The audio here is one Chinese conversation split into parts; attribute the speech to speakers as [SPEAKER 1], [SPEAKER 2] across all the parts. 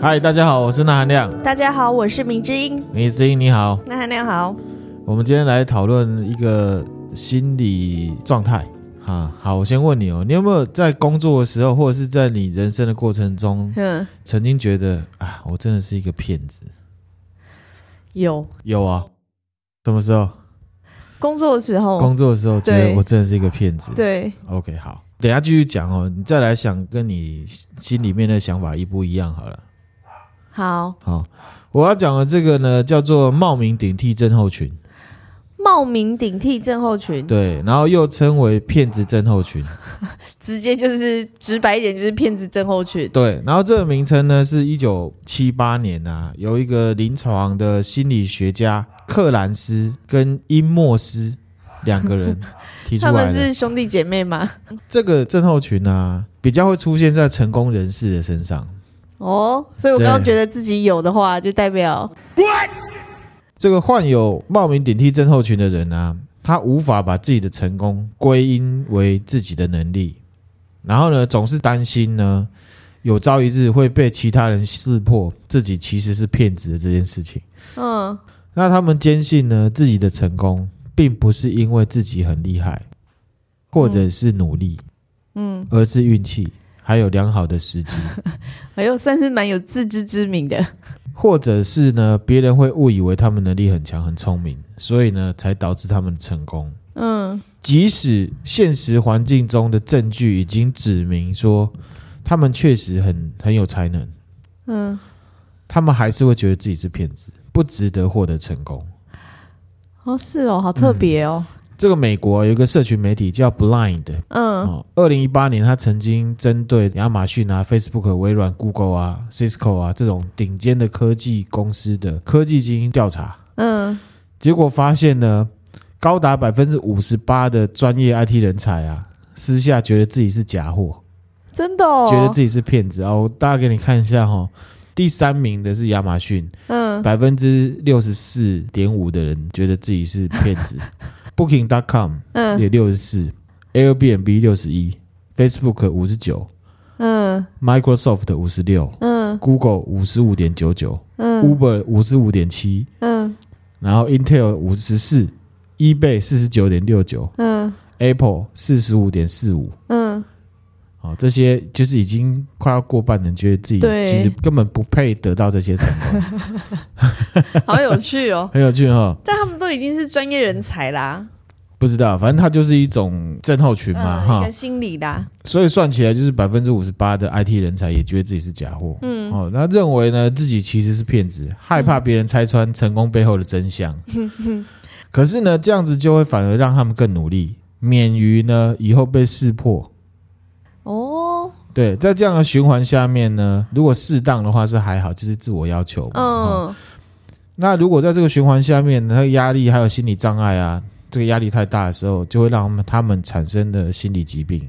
[SPEAKER 1] 嗨，大家好，我是那含亮，
[SPEAKER 2] 大家好，我是明之音，
[SPEAKER 1] 你子英你好，
[SPEAKER 2] 那含亮好。
[SPEAKER 1] 我们今天来讨论一个心理状态。啊，好，我先问你哦，你有没有在工作的时候，或者是在你人生的过程中，
[SPEAKER 2] 嗯，
[SPEAKER 1] 曾经觉得啊，我真的是一个骗子？
[SPEAKER 2] 有
[SPEAKER 1] 有啊，什么时候？
[SPEAKER 2] 工作的时候，
[SPEAKER 1] 工作的时候觉得
[SPEAKER 2] 哦对
[SPEAKER 1] 我真的是一个骗子？
[SPEAKER 2] 对，
[SPEAKER 1] OK，好，等一下继续讲哦，你再来想跟你心里面的想法一不一样好了。
[SPEAKER 2] 好，
[SPEAKER 1] 好，我要讲的这个呢，叫做冒名顶替症候群，
[SPEAKER 2] 冒名顶替症候群，
[SPEAKER 1] 对，然后又称为骗子症候群，
[SPEAKER 2] 直接就是直白一点，就是骗子症候群。
[SPEAKER 1] 对，然后这个名称呢是一九七八年啊，由一个临床的心理学家克兰斯跟因莫斯两个 人提出
[SPEAKER 2] 他们
[SPEAKER 1] 来的。
[SPEAKER 2] 是兄弟姐妹吗？
[SPEAKER 1] 这个症候群啊，比较会出现在成功人士的身上。
[SPEAKER 2] 哦，所以我刚刚
[SPEAKER 1] 对
[SPEAKER 2] 觉得自己有的话，就代表
[SPEAKER 1] 这个患有冒名顶替症候群的人啊，他无法把自己的成功归因为自己的能力，然后呢，总是担心呢，有朝一日会被其他人识破自己其实是骗子的这件事情。
[SPEAKER 2] 嗯，
[SPEAKER 1] 那他们坚信呢，自己的成功并不是因为自己很厉害，或者是努力，嗯，而是运气，还有良好的时机，
[SPEAKER 2] 哎呦，算是蛮有自知之明的。
[SPEAKER 1] 或者是呢，别人会误以为他们能力很强、很聪明，所以呢，才导致他们成功。
[SPEAKER 2] 嗯，
[SPEAKER 1] 即使现实环境中的证据已经指明说他们确实很很有才能，
[SPEAKER 2] 嗯，
[SPEAKER 1] 他们还是会觉得自己是骗子，不值得获得成功。
[SPEAKER 2] 哦，是哦，好特别哦。
[SPEAKER 1] 这个美国有一个社群媒体叫 Blind，
[SPEAKER 2] 嗯
[SPEAKER 1] 哦，二零一八年他曾经针对亚马逊啊、Facebook、微软、Google 啊、Cisco 啊这种顶尖的科技公司的科技精英调查，
[SPEAKER 2] 嗯，
[SPEAKER 1] 结果发现呢，高达百分之五十八的专业 IT 人才啊，私下觉得自己是假货。
[SPEAKER 2] 真的哦，
[SPEAKER 1] 觉得自己是骗子啊。我大概给你看一下哈、第三名的是亚马逊，
[SPEAKER 2] 嗯
[SPEAKER 1] 百分之六十四点五的人觉得自己是骗 子，Booking.com
[SPEAKER 2] 嗯
[SPEAKER 1] 也六十四，Airbnb 六十一，Facebook 五十九
[SPEAKER 2] 嗯
[SPEAKER 1] ，Microsoft 五十六
[SPEAKER 2] 嗯
[SPEAKER 1] ，Google 五十五点九九
[SPEAKER 2] 嗯
[SPEAKER 1] ，Uber 五十五点七，
[SPEAKER 2] 嗯
[SPEAKER 1] 然后 Intel 五十四，eBay 四十九点六九
[SPEAKER 2] 嗯
[SPEAKER 1] ，Apple 四十五点四五。
[SPEAKER 2] 嗯，
[SPEAKER 1] 哦，这些就是已经快要过半的人，觉得自己
[SPEAKER 2] 对
[SPEAKER 1] 其实根本不配得到这些成功，
[SPEAKER 2] 好有趣哦。
[SPEAKER 1] 很有趣哈、
[SPEAKER 2] 但他们都已经是专业人才啦，
[SPEAKER 1] 不知道，反正它就是一种症候群嘛
[SPEAKER 2] 嗯，一
[SPEAKER 1] 哈
[SPEAKER 2] 个，心理啦，
[SPEAKER 1] 所以算起来就是百分之五十八的 IT 人才也觉得自己是假货，嗯，哦，那认为呢自己其实是骗子，害怕别人拆穿成功背后的真相，可是呢这样子就会反而让他们更努力，免于呢以后被识破。
[SPEAKER 2] 哦，
[SPEAKER 1] 对，在这样的循环下面呢，如果适当的话是还好，就是自我要求嘛，哈
[SPEAKER 2] 嗯，
[SPEAKER 1] 那如果在这个循环下面，他压力还有心理障碍啊，这个压力太大的时候，就会让他们他们产生的心理疾病，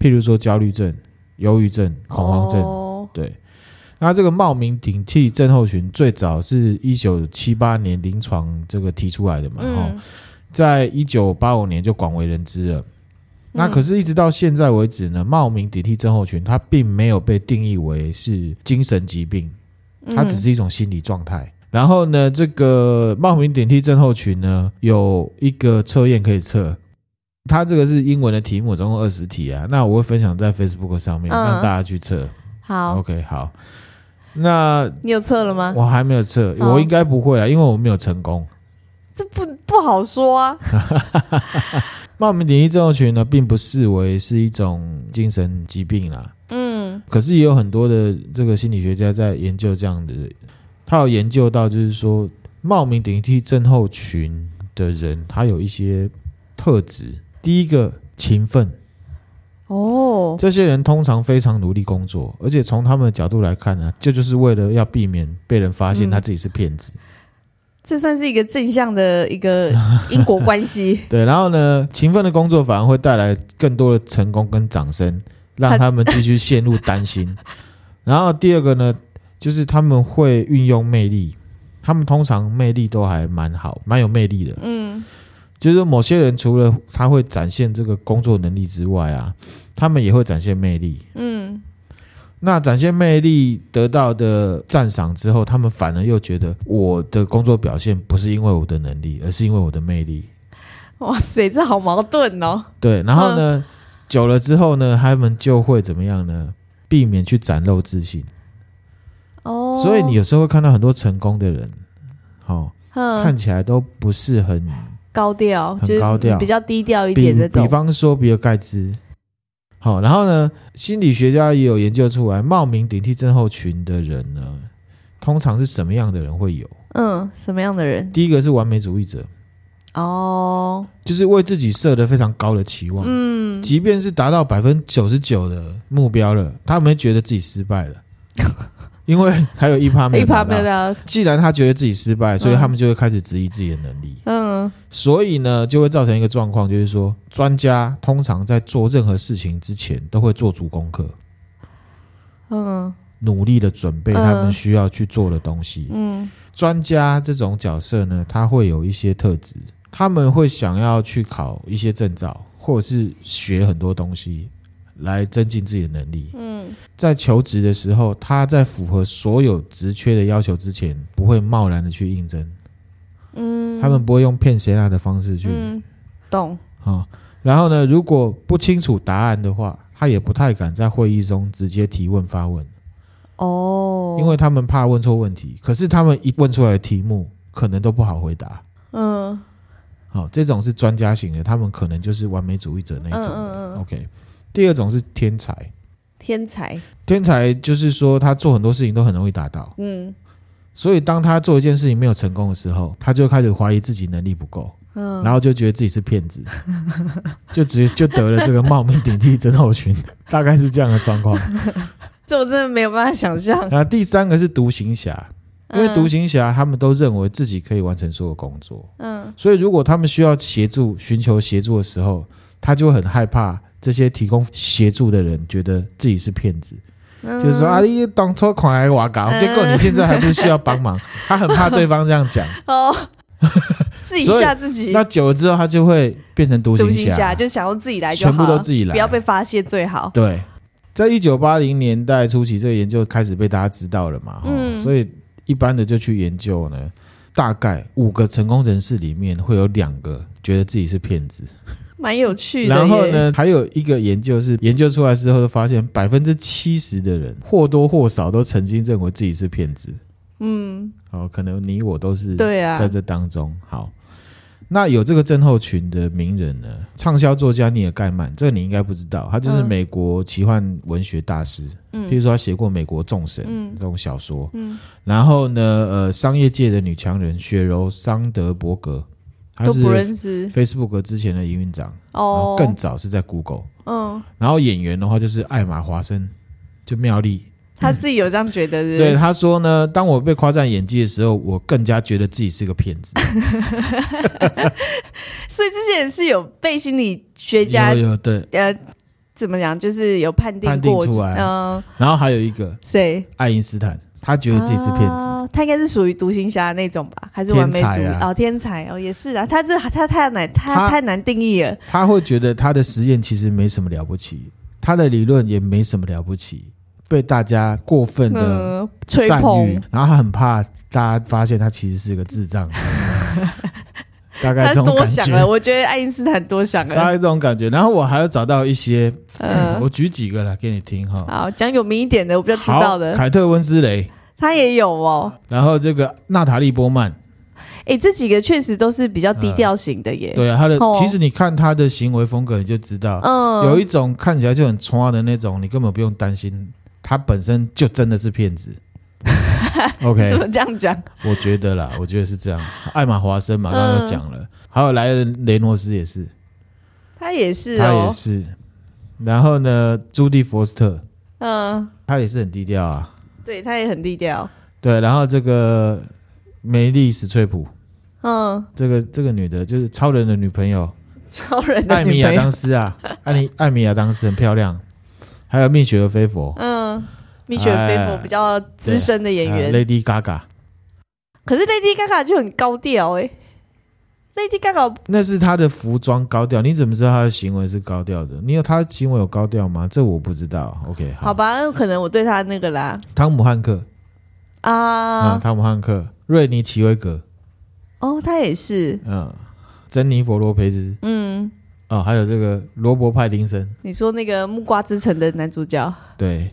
[SPEAKER 1] 譬如说焦虑症、忧郁症、恐慌症。
[SPEAKER 2] 哦
[SPEAKER 1] 对，那这个冒名顶替症候群最早是一九七八年临床这个提出来的嘛，哈、
[SPEAKER 2] 嗯，
[SPEAKER 1] 在一九八五年就广为人知了。那可是，一直到现在为止呢，冒名顶替症候群它并没有被定义为是精神疾病，
[SPEAKER 2] 嗯
[SPEAKER 1] 它只是一种心理状态。然后呢，这个冒名顶替症候群呢，有一个测验可以测，它这个是英文的题目，总共二十题啊。那我会分享在 Facebook 上面，
[SPEAKER 2] 嗯
[SPEAKER 1] 让大家去测。
[SPEAKER 2] 好，
[SPEAKER 1] OK，好。那
[SPEAKER 2] 你有测了吗？
[SPEAKER 1] 我还没有测，
[SPEAKER 2] 嗯好
[SPEAKER 1] 我应该不会啊，因为我没有成功。
[SPEAKER 2] 这不不好说啊，
[SPEAKER 1] 冒名顶替症候群呢，并不视为是一种精神疾病啦，
[SPEAKER 2] 嗯
[SPEAKER 1] 可是也有很多的这个心理学家在研究这样的，他有研究到，就是说冒名顶替症候群的人，他有一些特质。第一个，勤奋，
[SPEAKER 2] 哦，
[SPEAKER 1] 这些人通常非常努力工作，而且从他们的角度来看呢、这就是为了要避免被人发现
[SPEAKER 2] 嗯
[SPEAKER 1] 他自己是骗子。
[SPEAKER 2] 这算是一个正向的一个因果关 系，
[SPEAKER 1] 对，然后呢，勤奋的工作反而会带来更多的成功跟掌声，让他们继续陷入担 心。然后第二个呢，就是他们会运用魅力，他们通常魅力都还蛮好，蛮有魅力的。
[SPEAKER 2] 嗯
[SPEAKER 1] 就是某些人除了他会展现这个工作能力之外啊，他们也会展现魅力。
[SPEAKER 2] 嗯
[SPEAKER 1] 那展现魅力得到的赞赏之后，他们反而又觉得我的工作表现不是因为我的能力，而是因为我的魅力。
[SPEAKER 2] 哇塞，这好矛盾哦。
[SPEAKER 1] 对，然后呢，久了之后呢，他们就会怎么样呢？避免去展露自信。
[SPEAKER 2] 哦，
[SPEAKER 1] 所以你有时候会看到很多成功的人，哦，
[SPEAKER 2] 嗯
[SPEAKER 1] 看起来都不是很
[SPEAKER 2] 高调，
[SPEAKER 1] 很
[SPEAKER 2] 就是
[SPEAKER 1] 高调
[SPEAKER 2] 比较低调一
[SPEAKER 1] 比
[SPEAKER 2] 点这种
[SPEAKER 1] 比。方说比尔盖茨，好、然后呢，心理学家也有研究出来，冒名顶替症候群的人呢，通常是什么样的人会有？
[SPEAKER 2] 嗯，什么样的人？
[SPEAKER 1] 第一个是完美主义者，
[SPEAKER 2] 哦，
[SPEAKER 1] 就是为自己设的非常高的期望，
[SPEAKER 2] 嗯，
[SPEAKER 1] 即便是达到百分之九十九的目标了，他们会觉得自己失 败了，因为还有一趴没
[SPEAKER 2] 嗯一
[SPEAKER 1] 有达
[SPEAKER 2] 趴没有
[SPEAKER 1] 到。
[SPEAKER 2] 到，
[SPEAKER 1] 既然他觉得自己失败，所以
[SPEAKER 2] 嗯
[SPEAKER 1] 他们就会开始质疑自己的能力。
[SPEAKER 2] 嗯
[SPEAKER 1] 所以呢，就会造成一个状况，就是说，专家通常在做任何事情之前，都会做足功课，
[SPEAKER 2] 嗯
[SPEAKER 1] 努力的准备
[SPEAKER 2] 嗯
[SPEAKER 1] 他们需要去做的东西。
[SPEAKER 2] 嗯，
[SPEAKER 1] 专家这种角色呢，他会有一些特质，他们会想要去考一些证照，或者是学很多东西，来增进自己的能力。嗯，在求职的时候，他在符合所有职缺的要求之前，不会贸然的去应征。嗯，他们不会用骗谁来的方式去。
[SPEAKER 2] 嗯，懂。
[SPEAKER 1] 啊、然后呢，如果不清楚答案的话，他也不太敢在会议中直接提问发问，
[SPEAKER 2] 哦，
[SPEAKER 1] 因为他们怕问错问题。可是他们一问出来的题目，可能都不好回答。
[SPEAKER 2] 嗯
[SPEAKER 1] 好、这种是专家型的，他们可能就是完美主义者那一种的。
[SPEAKER 2] 嗯嗯嗯
[SPEAKER 1] OK，第二种是天才，
[SPEAKER 2] 天才，
[SPEAKER 1] 天才就是说他做很多事情都很容易达到，
[SPEAKER 2] 嗯
[SPEAKER 1] 所以当他做一件事情没有成功的时候，他就开始怀疑自己能力不够。
[SPEAKER 2] 嗯，
[SPEAKER 1] 然后就觉得自己是骗子， 就直接就得了这个冒名顶替症候群， 大概是这样的状况。
[SPEAKER 2] 这我真的没有办法想象。
[SPEAKER 1] 那第三个是独行侠，
[SPEAKER 2] 嗯
[SPEAKER 1] 因为独行侠他们都认为自己可以完成所有工作，
[SPEAKER 2] 嗯，
[SPEAKER 1] 所以如果他们需要协助、寻求协助的时候，他就会很害怕这些提供协助的人觉得自己是骗子，
[SPEAKER 2] 嗯
[SPEAKER 1] 就是说啊，你当初狂来瓦搞，
[SPEAKER 2] 嗯
[SPEAKER 1] 结果你现在还不是需要帮 忙，他很怕对方这样讲。
[SPEAKER 2] 哦，自己
[SPEAKER 1] 所以
[SPEAKER 2] 吓自己，
[SPEAKER 1] 那久了之后，他就会变成独
[SPEAKER 2] 独
[SPEAKER 1] 行
[SPEAKER 2] 行
[SPEAKER 1] 侠
[SPEAKER 2] 侠，就想要自己来就好，
[SPEAKER 1] 全部都自己来
[SPEAKER 2] 不要被发现最好。
[SPEAKER 1] 对，在一九八零年代初期，这个研究开始被大家知道了嘛，嗯、
[SPEAKER 2] 嗯
[SPEAKER 1] 所以一般的就去研究呢，大概五个成功人士里面会有两个觉得自己是骗子，
[SPEAKER 2] 蛮有趣的。
[SPEAKER 1] 然后？呢，还有一个研究是研究出来之后，发现百分之七十的人或多或少都曾经认为自己是骗子，
[SPEAKER 2] 嗯，
[SPEAKER 1] 哦，可能你我都是
[SPEAKER 2] 对啊
[SPEAKER 1] 在，这当中。好，那有这个症候群的名人呢，畅销作家尼尔盖曼，这个你应该不知道，他就是
[SPEAKER 2] 嗯
[SPEAKER 1] 美国奇幻文学大师。譬
[SPEAKER 2] 嗯
[SPEAKER 1] 如说，他写过《美国众神》
[SPEAKER 2] 嗯
[SPEAKER 1] 这种小说。
[SPEAKER 2] 嗯，
[SPEAKER 1] 然后呢，呃，商业界的女强人雪柔·桑德伯格，她
[SPEAKER 2] 都
[SPEAKER 1] 是
[SPEAKER 2] 不认识
[SPEAKER 1] Facebook 之前的营运长，然后
[SPEAKER 2] 哦。
[SPEAKER 1] 更早是在 Google。
[SPEAKER 2] 嗯，
[SPEAKER 1] 然后演员的话就是艾玛·华森，就妙丽。
[SPEAKER 2] 他自己有这样觉得是不
[SPEAKER 1] 对，
[SPEAKER 2] 是？
[SPEAKER 1] 他说呢，当我被夸赞演技的时候，我更加觉得自己是个骗子。
[SPEAKER 2] 所以之前是有被心理学家
[SPEAKER 1] 有有对，
[SPEAKER 2] 呃怎么讲，就是有判定
[SPEAKER 1] 判定
[SPEAKER 2] 过，
[SPEAKER 1] 出来
[SPEAKER 2] 嗯，
[SPEAKER 1] 然后还有一个
[SPEAKER 2] 谁
[SPEAKER 1] 爱因斯坦，他觉得自己是骗子。
[SPEAKER 2] 啊他应该是属于独行侠那种吧，还是完美主义
[SPEAKER 1] 天才？啊
[SPEAKER 2] 哦，天才哦，也是啊，他这他太难，
[SPEAKER 1] 他
[SPEAKER 2] 他太难定义了。
[SPEAKER 1] 他会觉得他的实验其实没什么了不起，他的理论也没什么了不起，被大家过分的
[SPEAKER 2] 嗯，吹
[SPEAKER 1] 赞
[SPEAKER 2] 捧
[SPEAKER 1] 誉，，然后他很怕大家发现他其实是个智 障，大概这
[SPEAKER 2] 他
[SPEAKER 1] 种
[SPEAKER 2] 多
[SPEAKER 1] 感
[SPEAKER 2] 想了，
[SPEAKER 1] 觉。
[SPEAKER 2] 我觉得爱因斯坦多想
[SPEAKER 1] 大
[SPEAKER 2] 了。
[SPEAKER 1] 概这种感觉，然后我还要找到一些，哎
[SPEAKER 2] 嗯
[SPEAKER 1] 我举几个来给你听哈。
[SPEAKER 2] 好，讲有名一点的，我比较知道
[SPEAKER 1] 好
[SPEAKER 2] 的，
[SPEAKER 1] 凯特温斯雷，
[SPEAKER 2] 他也有哦。
[SPEAKER 1] 然后这个娜塔莉波曼，
[SPEAKER 2] 哎，这几个确实都是比较低调型的耶。
[SPEAKER 1] 对啊，他的、
[SPEAKER 2] 哦
[SPEAKER 1] 其实你看他的行为风格，你就知道，
[SPEAKER 2] 嗯，
[SPEAKER 1] 有一种看起来就很冲啊的那种，你根本不用担心，他本身就真的是骗子。
[SPEAKER 2] 怎
[SPEAKER 1] OK，
[SPEAKER 2] 么这样讲？
[SPEAKER 1] 我觉得啦，我觉得是这样。艾玛华森嘛，刚
[SPEAKER 2] 嗯
[SPEAKER 1] 刚有讲了，还有莱恩雷诺斯也是，
[SPEAKER 2] 他也是
[SPEAKER 1] 他
[SPEAKER 2] 哦
[SPEAKER 1] 也，是。然后呢，朱迪福斯特，
[SPEAKER 2] 嗯，
[SPEAKER 1] 他也是很低调啊。
[SPEAKER 2] 对，他也很 低调。
[SPEAKER 1] 对，然后这个梅丽史翠普，
[SPEAKER 2] 嗯，
[SPEAKER 1] 这个这个女的，就是超人的女朋友，
[SPEAKER 2] 超人的
[SPEAKER 1] 艾米
[SPEAKER 2] 女
[SPEAKER 1] 亚
[SPEAKER 2] 朋友，
[SPEAKER 1] 当斯啊，艾米艾米亚当斯很漂亮，还有蜜雪儿菲佛
[SPEAKER 2] 嗯，蜜雪儿菲
[SPEAKER 1] 哎
[SPEAKER 2] 佛比较资深的演
[SPEAKER 1] 呃
[SPEAKER 2] 员，
[SPEAKER 1] ，Lady Gaga。
[SPEAKER 2] 可是 Lady Gaga 就很高调哎。 Lady Gaga
[SPEAKER 1] 那是他的服装高调，你怎么知道他的行为是高调的？你有他的行为有高调吗？这我不知道。OK，好，
[SPEAKER 2] 好吧，那可能我对她那个啦
[SPEAKER 1] 汤姆汉克啊、
[SPEAKER 2] 啊，
[SPEAKER 1] 汤姆汉克，瑞尼奇威格，
[SPEAKER 2] 哦，她也是，
[SPEAKER 1] 嗯，珍妮佛罗培兹，
[SPEAKER 2] 嗯，
[SPEAKER 1] 哦，还有这个罗伯派丁森，
[SPEAKER 2] 你说那个《木瓜之城》的男主角，
[SPEAKER 1] 对，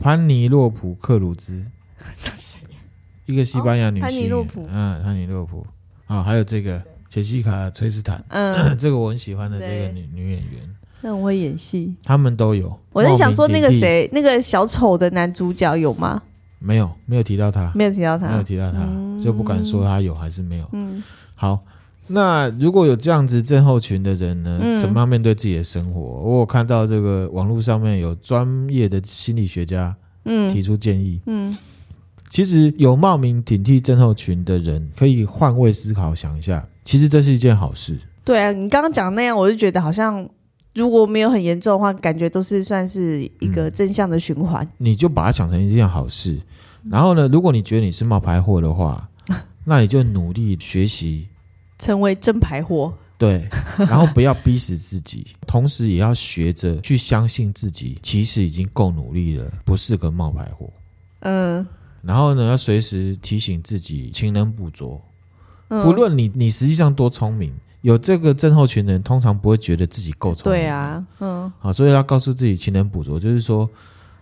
[SPEAKER 1] 潘尼洛普克鲁 兹，一个西班牙女性、
[SPEAKER 2] 哦潘尼洛普
[SPEAKER 1] 嗯，潘尼洛普啊、还有这个杰西卡·崔斯坦，
[SPEAKER 2] 嗯，
[SPEAKER 1] 这个我很喜欢的这个
[SPEAKER 2] 对
[SPEAKER 1] 女女演员，
[SPEAKER 2] 那我会演戏。
[SPEAKER 1] 他们都有。
[SPEAKER 2] 我在想说
[SPEAKER 1] 冒
[SPEAKER 2] 那
[SPEAKER 1] 名
[SPEAKER 2] 个
[SPEAKER 1] 顶替
[SPEAKER 2] 谁，那个小丑的男主角有吗？
[SPEAKER 1] 没有没有提到他，
[SPEAKER 2] 没有提到
[SPEAKER 1] 没有
[SPEAKER 2] 他。
[SPEAKER 1] 提到他，
[SPEAKER 2] 嗯
[SPEAKER 1] 就不敢说他有还是没有。
[SPEAKER 2] 嗯，
[SPEAKER 1] 好，那如果有这样子症候群的人呢，
[SPEAKER 2] 嗯
[SPEAKER 1] 怎么样面对自己的生活？我有看到这个网络上面有专业的心理学家
[SPEAKER 2] 嗯
[SPEAKER 1] 提出建议，
[SPEAKER 2] 嗯
[SPEAKER 1] 其实有冒名顶替症候群的人，可以换位思考想一下，其实这是一件好事。
[SPEAKER 2] 对啊，你刚刚讲那样，我就觉得好像如果没有很严重的话，感觉都是算是一个
[SPEAKER 1] 嗯
[SPEAKER 2] 正向的循环。
[SPEAKER 1] 你就把它想成一件好事。然后呢，如果你觉得你是冒牌货的 话，那你就努力学习，
[SPEAKER 2] 成为正牌货。
[SPEAKER 1] 对，然后不要逼死自己，同时也要学着去相信自己，其实已经够努力了，不是个冒牌货。
[SPEAKER 2] 嗯
[SPEAKER 1] 然后呢，要随时提醒自己勤能补拙，
[SPEAKER 2] 嗯，
[SPEAKER 1] 不论你你实际上多聪明，有这个症候群的人通常不会觉得自己够聪明。
[SPEAKER 2] 对啊，嗯
[SPEAKER 1] 好，所以要告诉自己勤能补拙，就是说，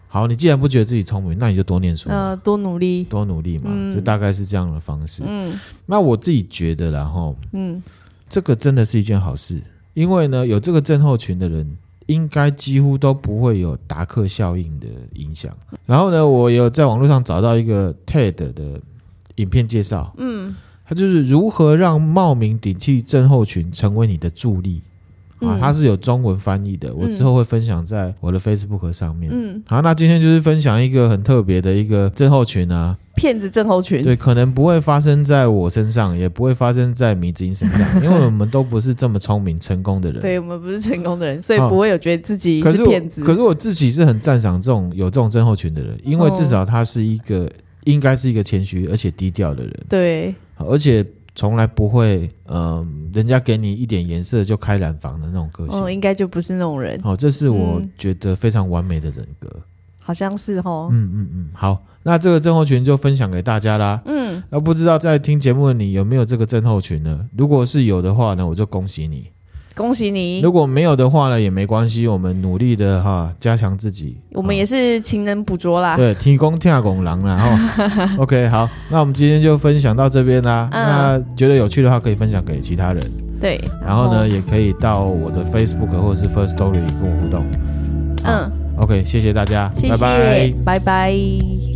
[SPEAKER 1] 好，你既然不觉得自己聪明，那你就多念书嘛，
[SPEAKER 2] 嗯，多努力。
[SPEAKER 1] 多努力嘛，
[SPEAKER 2] 嗯
[SPEAKER 1] 就大概是这样的方式。
[SPEAKER 2] 嗯
[SPEAKER 1] 那我自己觉得啦，然后
[SPEAKER 2] 嗯
[SPEAKER 1] 这个真的是一件好事，因为呢，有这个症候群的人。应该几乎都不会有达克效应的影响。然后呢，我有在网络上找到一个 TED 的影片介绍，
[SPEAKER 2] 嗯
[SPEAKER 1] 它就是如何让冒名顶替症候群成为你的助力啊，
[SPEAKER 2] 嗯
[SPEAKER 1] 它是有中文翻译的，我之后会分享在我的 Facebook 上面。
[SPEAKER 2] 嗯，
[SPEAKER 1] 好，那今天就是分享一个很特别的一个症候群啊，
[SPEAKER 2] 骗子症候群。
[SPEAKER 1] 对，可能不会发生在我身上，也不会发生在迷之音身上，因为我们都不是这么聪明成功的人。
[SPEAKER 2] 对我们不是成功的人，所以
[SPEAKER 1] 哦
[SPEAKER 2] 不会有觉得自己
[SPEAKER 1] 可是我
[SPEAKER 2] 骗子。
[SPEAKER 1] 可是我自己是很赞赏这种有这种症候群的人，因为
[SPEAKER 2] 哦
[SPEAKER 1] 至少他是一个、应该是一个谦虚而且低调的人，
[SPEAKER 2] 对，
[SPEAKER 1] 而且从来不会嗯、人家给你一点颜色就开染房的那种个性。
[SPEAKER 2] 嗯，应该就不是那种人，
[SPEAKER 1] 好、这是我
[SPEAKER 2] 嗯
[SPEAKER 1] 觉得非常完美的人格。
[SPEAKER 2] 好像是哦。
[SPEAKER 1] 嗯嗯嗯，好，那这个症候群就分享给大家啦。
[SPEAKER 2] 嗯，
[SPEAKER 1] 那不知道在听节目的你有没有这个症候群呢？如果是有的话呢，我就恭喜你；
[SPEAKER 2] 恭喜你
[SPEAKER 1] 如，果没有的话呢，也没关系，我们努力的哈，加强自己。啊
[SPEAKER 2] 我们也是情人捕捉啦。
[SPEAKER 1] 对提供跳拱狼啦哈。OK，好， 那我们今天就分享到这边啦。
[SPEAKER 2] 嗯
[SPEAKER 1] 那觉得有趣的话，可以分享给其他人，
[SPEAKER 2] 对，
[SPEAKER 1] 然后
[SPEAKER 2] 哦
[SPEAKER 1] 呢，，也可以到我的 Facebook 或是 First Story 跟我互动。
[SPEAKER 2] 嗯，
[SPEAKER 1] OK，谢谢大家，
[SPEAKER 2] 谢
[SPEAKER 1] 拜拜
[SPEAKER 2] 谢，拜拜